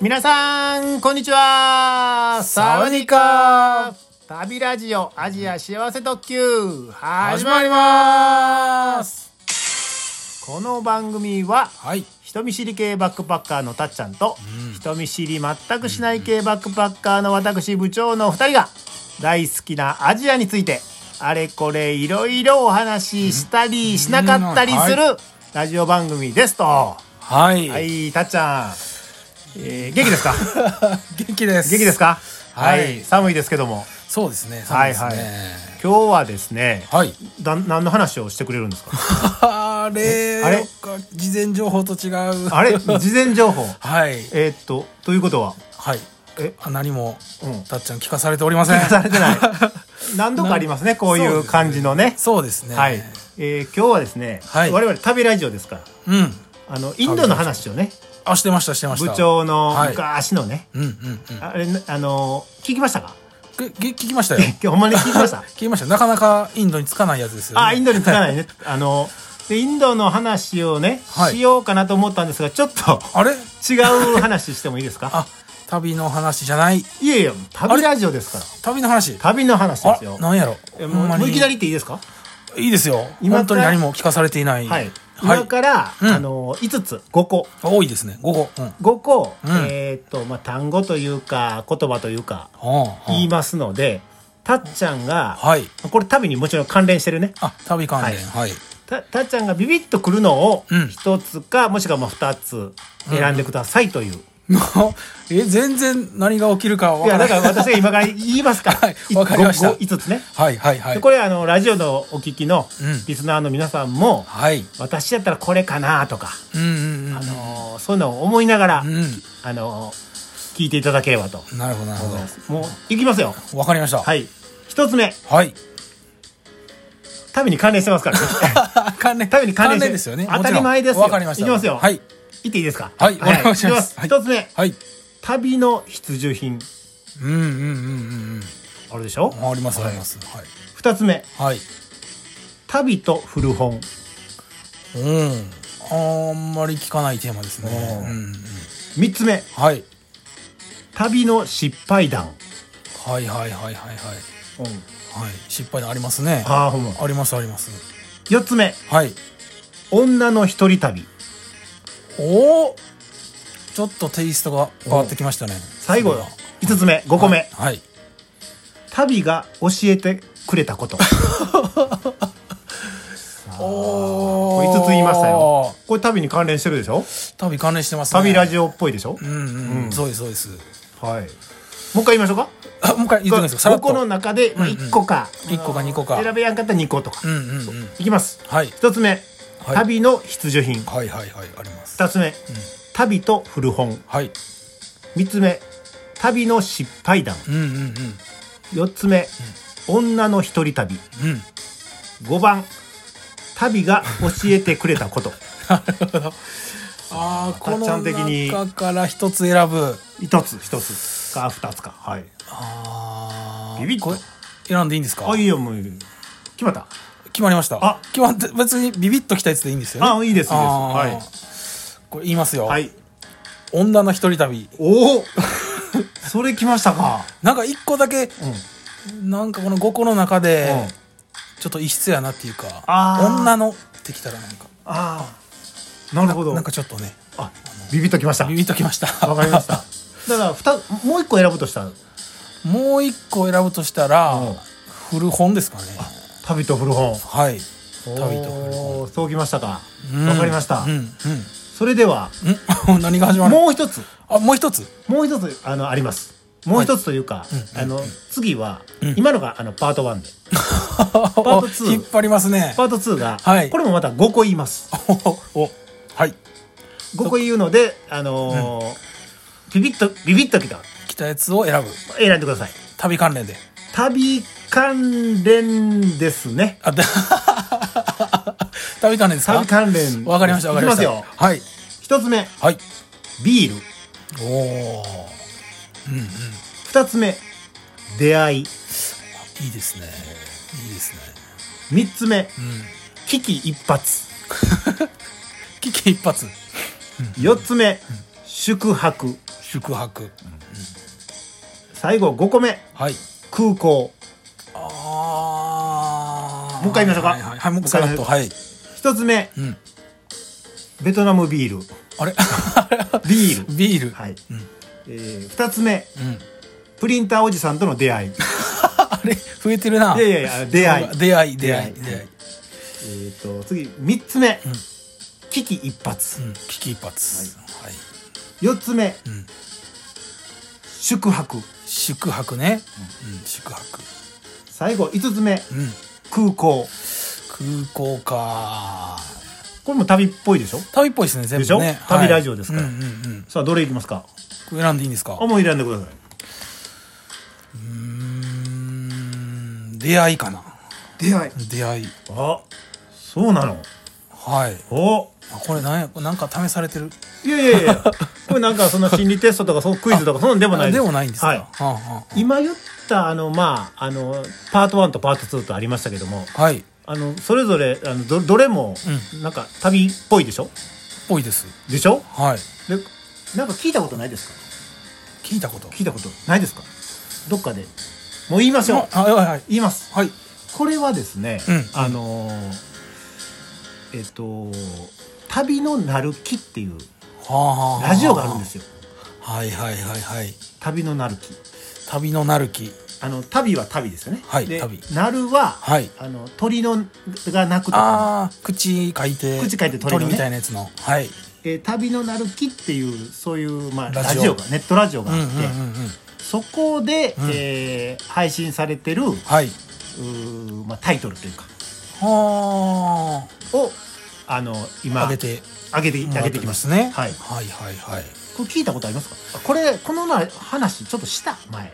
皆さんこんにちはサワディーカー旅ラジオアジア幸せ特急始始ままりりまますこの番組ははい。人見知り系バックパッカーのたっちゃんと、人見知り全くしない系バックパッカーの私部長の2人が大好きなアジアについてあれこれいろいろお話ししたりしなかったりするラジオ番組ですと。はい。はい、たっちゃん。えー、元気ですか元気です。 元気ですかかは、はいい寒いですけども。そうですね。そうはいですねはい。今日はですね、はい。だ何の話をしてくれるんです かあれあれか事前情報と違う。あれ事前情報。 はい。えーっと、ということは、はい。えあ何も、うんたっちゃん聞かされておりません。聞かされて ない。何度かありますね、こういそううですね感じのね。そうですね。はい。えー今日はですね、はい我々旅ラジオですから、うん。あの、インドの話をね、あ、してました、してまし部た。。長のはい昔のね、うんうんうん。あれ、あの、聞きましたかけけ聞きま したよ。今日ほんまに聞きま した聞きました。なかなかインドにつかないやつですよ、ね。あ、インドにつかないね。あの、で、インドの話をね、はいしようかなと思ったんですが、ちょっとあれ違う話してもいいですかあ、旅の話じゃない。いえいえ、旅ラジオですから。旅の話。旅の話であすよ、。なんやろえ。ほもうんまもうにいきなりっていいですかいいですよ。今本当にから何も聞かされていない。はい。は今い。から、うんあの、5つ、5個。多いですね。午後。うん。あ5個、うんえっ、と、まあ、単語というか、言葉というか、ああ言いますので、たっちゃんが、あはい。これ旅にもちろん関連してるね。あ、旅関連。はい。たたっちゃんがビビッとくるのをうん一つか、もしくはまあ二つ選んでくださいという、の え、全然何が起きるかいわかや、らだない。から私が今から言いますから。 はいわかりました5つね。 はいはいはでい。これ、あの、ラジオのお聞きのうんリスナーの皆さんも、はい。私やったらこれかなとか、うんうんうん。あのー、そういうのを思いながら、うあのー、聞いていただければと。ん。なるほどなるほもう、いきますよ。ど。わかりました。。はいい。一つ目、はい。旅に関連してますから ね。関連。旅に 関連してですよね。当たり前ですよもちろんわかりましいた。きますよはい。言っていいですかはいお願いしますいき一つ目、はい。旅の必需品。うんうんうんうんあるでしょうん。ありますあります。はい。二つ目、はい。旅と古本。うん。あんまり聞かないテーマですね。ううんんうん。三つ目、はい。旅の失敗談。はいはいはいはいはい。うん。はい、失敗談ありますね。ああ、ほんま。ありますあります。四つ目、はい。女の一人旅。おお。ちょっとテイストが変わってきましたね。最後よ。五つ目、五個目、はい。旅が教えてくれた こと。おこおれ五つ言いましたよ。。これ旅に関連してるでしょ旅関連してます、ね。旅ラオ。ジオっぽいでしょ、うんうん、うんそうですそうです。はい。もう一回言いましょうか。あもう一回言ってください。さら5っと個の中で、まあ、うんうん1個か、一個か二個か選べやんかったら2個とか。うんうんうん。いきます。はい。一つ目、はい旅の必需品。はいはいはいあります。二つ目、旅と古本。はい。三つ目、旅の失敗談。うんうんうんうん。四つ目、女の一人旅。五番、旅が教えてくれた こと。ああたこっのちゃん的に中から一つ選ぶ。一つ、一つか二つか。はい。ああ。ビビッとこれ選んでいいんですか。あ、いいよ、もういいよ。決まった。決まりました。あ決まって、別にビビッときたやつでいいんですよね。あいいですいいですあーはいこれ言いますよ。はい。女の一人旅。お おそれ来ましたか。なんか一個だけ、うん。なんかこの5個の中で、うんちょっと異質やなっていうか、あー女のってきたらなんか、ああ。なるほど。なんかちょっとね、あ、ビビッときました。ビビッときました。わかりま した。だ。から、ふた、もう一個選ぶとしたら、 もう一個選ぶとしたら、うん古本ですかね。旅と古本。はい。旅と古本。おーそうきましたか。うんわかりましたうん。。それでは、うん。 ん何が始まるもう一つ、あ、もう一 つ。もう一つ、あの、あります。もう一つというか、あの、次は、今のが、あの、パート1で。パートツー引っ張りますね。パート2が、はいこれもまた5個言います。 お、おはい。 5個言うので、あのービビッと、ビビッときた。来たやつを選ぶ。選んでください。旅関連で。旅関連ですね。あ、だ 旅関連ですか旅関連。わかりました、わかりました。いきますよ。はい。一つ目、はい。ビール。おお。うんうん。二つ目、出会い。いいですね。いいですね。三つ目、うん。危機一髪。危機一発。四つ目、宿泊。宿泊最後5個目はい空港あーもう一回言いましょうかはいはいはい、はい、もう一回もうさらっ一と回はい1つ目うんベトナムビールあれ ビールビールはい、うんえー、2つ目うんプリンターおじさんとの出会いあれ増えてるないやいやいや出会い出会い出会い出出会い会いえっと次3つ目、ん危機一髪うん危機一髪はい4つ目、ん宿泊宿泊ねうん宿泊最後5つ目うん空港空港かこれも旅っぽいでしょ旅っぽいですね全部でねしょ旅ラジオですからはいうんうんうんさあどれいきますかこれ選んでいいんですかあもう選んでくださいうーん出会いかな出会い出会いあそうなのはいおあこれなんやなんか試されてるいやいやい やこれなんかそんな心理テストとかそうクイズとかそんなんでもないあでもないんですか、は、はいあは今言ったあのまああのパート1とパート2とありましたけどもあはいっあのそれぞれあのどどれもなんか旅っぽいでしょぽいですでしょはいでなんか聞いたことないですか聞いたこと聞いたことないですかどっかでもう言いましょうあはいはいはい言いますはいこれはですね、うんあのーえっと旅のなる木っていうはあはあラジオがあるんですよはいはいはいはい旅のなる木旅のなるきあの旅は旅ですよねはいで旅なるは、はいあの鳥のが鳴くとか、あー口書いて口書いて鳥のね鳥みたいなやつのはいえー旅のなる木っていうそういう、まあ、ララジジオオがネットラジオうがんうあんうっんて、うんそこで、うんえー配信されてるうはいうーまあ、タイトルというかはをあのあ今上げて上げて上げてきましすたねはいはいはいはいこれ聞いたことありますかあこれこのな話ちょっとした前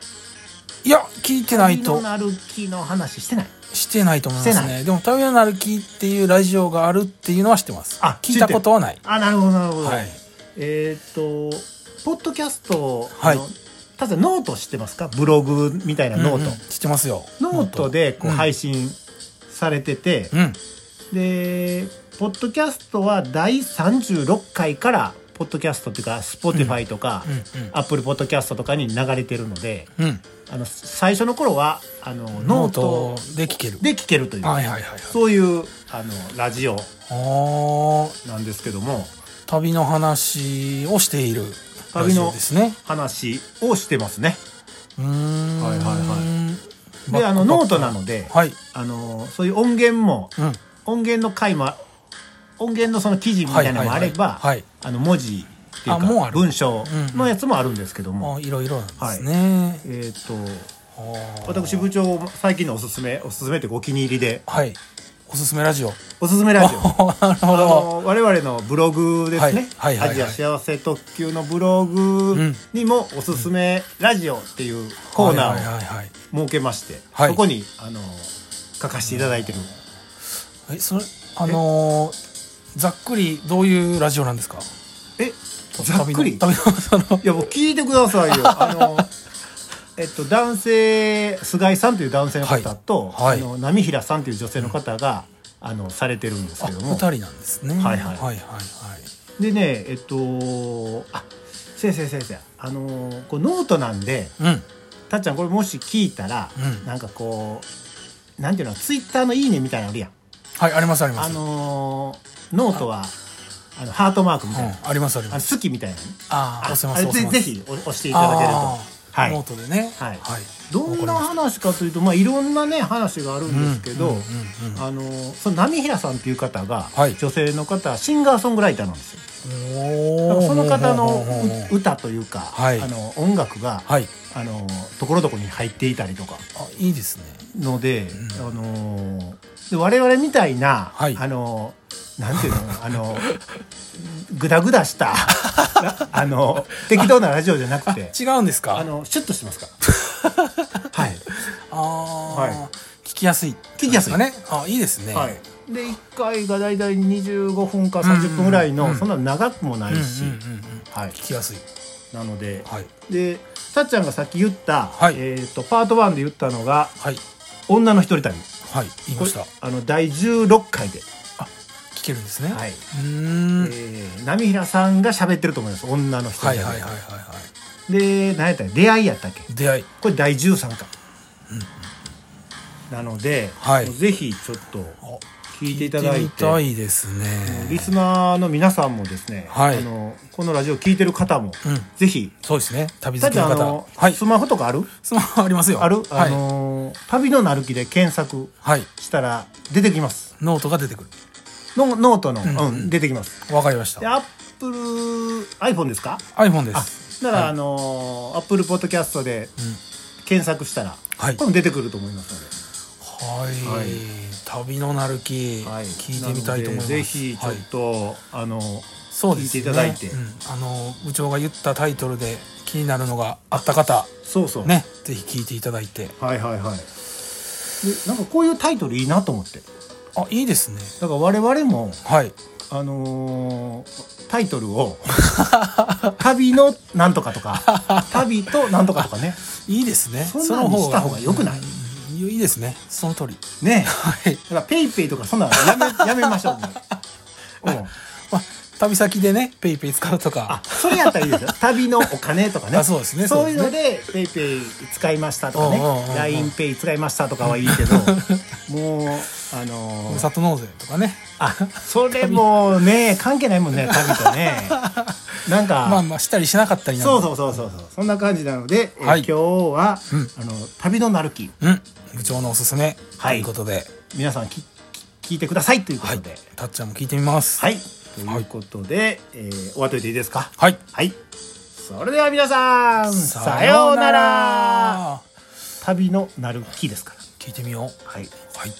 いや聞いてない旅とのなる木の話してないしてないと思いましすてなねでも「旅のなるき」っていうラジオがあるっていうのは知ってますあ聞いたことはないあなるほどなるほど、はいえーっ、とポッドキャストはいただノート知ってますかブログみたいなノート、うんうん知ってますよノートでこううん配信されてて、うんでポッドキャストは第36回からポッドキャストっていうか Spotify とか、うんうんアップルポッドキャストとかに流れてるのでうんあの最初の頃はあのノノーートトで聞けるで聞けるという、はいはいはいはいそういうあのラジオあーなんですけども旅の話をしているラ旅ジのオですね話をしてますね。うーんはいはいはいであのノートなので、はいあのそういう音源もうん音源の回も音源のその記事みたいなのもあれば、はいはいはいはいあの文字っていうあもうかある文章うんうんのやつもあるんですけども、あいろいろなんですね、えっ、とあー私部長最近のおすすめおすすめというかお気に入りではいおすすめラジオおすすめラジ オ。なるほ あどの我々のブログですね、はいはいはいはいアジア幸せ特急のブログにもおすすめラジオっていうコーナはいはいーをはいはい設けまして、はいそこにあの書かせていただいてる、えそれあのーざっくりどういうラジオなんですかえざっくり旅の旅の そのいやもう聞いてください よあのえっと男性菅井さんという男性の方と、はいはいあの波平さんという女性の方が、あのされてるんですあけども二人なんですねはいはいはいはいはいでねえっとあ先生先生あのこうノートなんでうんうんたっちゃんこれもし聞いたら、うんなんかこうなんていうのツイッターの「いいね」みたいなのあるやんはいありますありまあすのノートはあのハートマークみたいな、うんありますありあのます好きみたいなねああ押せまあすれ押せぜますぜひお押していただけるとあーはいノートでねはいはいどんなわか話かというと、まあ、いろんなね話があるりんまですすけど、うんうんうんうんあのその波平さんという方が、はい女性の方はシンガーソングライターなんですよ。だおかーらその方ほのうほうほうほうう歌というか、はいあの音楽が、はいあのところどころに入っていたりとかあいいですねので,、あので我々みたいな、はいあのなんていうのあのグダグダした あの適当なラジオじゃなくて違うんですかああのシュッとしてます から。はいあーはい聞きやすい聞きやすいねあいいですねはい、で1回が大体25分か30分ぐらいの、うんうんうんそんな長くもなういんうんうんし、うんはい、聞きやすいなので、はいでさっちゃんがさっき言った、はいえー、とパート1で言ったのがはい「女の一人旅」はい言いましたこれあの第16回で、聞けるんですねはいうーんえー、波平さんが喋ってると思います「女の一人はい旅」はいはいはいはいで何やったっけ出会いやったっけ出会いこれ第13巻、なので、はいぜひちょっとあ聞いていただい聞てたいですねリスナーの皆さんもですね、はいあのこのラジオ聞いてる方も、うんぜひそうですね旅好たきのだあ方の、はいスマホとかあるスマホありますよある、はあいの旅のなるきで検索はいしたら出てきますノートが出てくるのノートの、うんんうん出てきますわかりましでたアップル iPhone ですか iPhone であすなら、はいあのアップルポッドキャストでうん検索したら、はいこれも出てくると思いますのではい、はい旅のなるき、はい、聞いてみたいと思いますなのでぜひちょはいっと、あのそうです聞いねていただいて、うんあの部長が言ったタイトルで気になるのがあった方そうそうねぜひ聞いていただいてはいはいはいでなんかこういうタイトルいいなと思ってあいいですねだから我々もはいあのータイトル を「旅のなんとか」とか「旅となんとか」とかねいいですねそんなんにした方が良くないうんいいですねその通りねはい、だからペイペイとかそんなのやめやめましょう、ね うん、まあ、旅先でねペイペイ使うとあかそれやったらいい ですよ旅のお金とかねあそうですねそういうそのうでペイペイ使いましたとかねうんうんうんうん l i n e イ使いましたとかはいい けどもうあのー里納税とかねあそれもね関係ないもんね旅とねなんか、 まあまあしたりしなかったりなんでそうそうそうそうそうそんな感じなので、えーはい今日は、うんあの旅のなるきうん部長のおすすめとはいいうことで、皆さんきき聞いてくださいというこはいとではい、たっちゃんも聞いてみますということで、えー終わっといていいですかはいはいそれでは皆さんさようなら旅のなる木ですから聞いてみようはいはい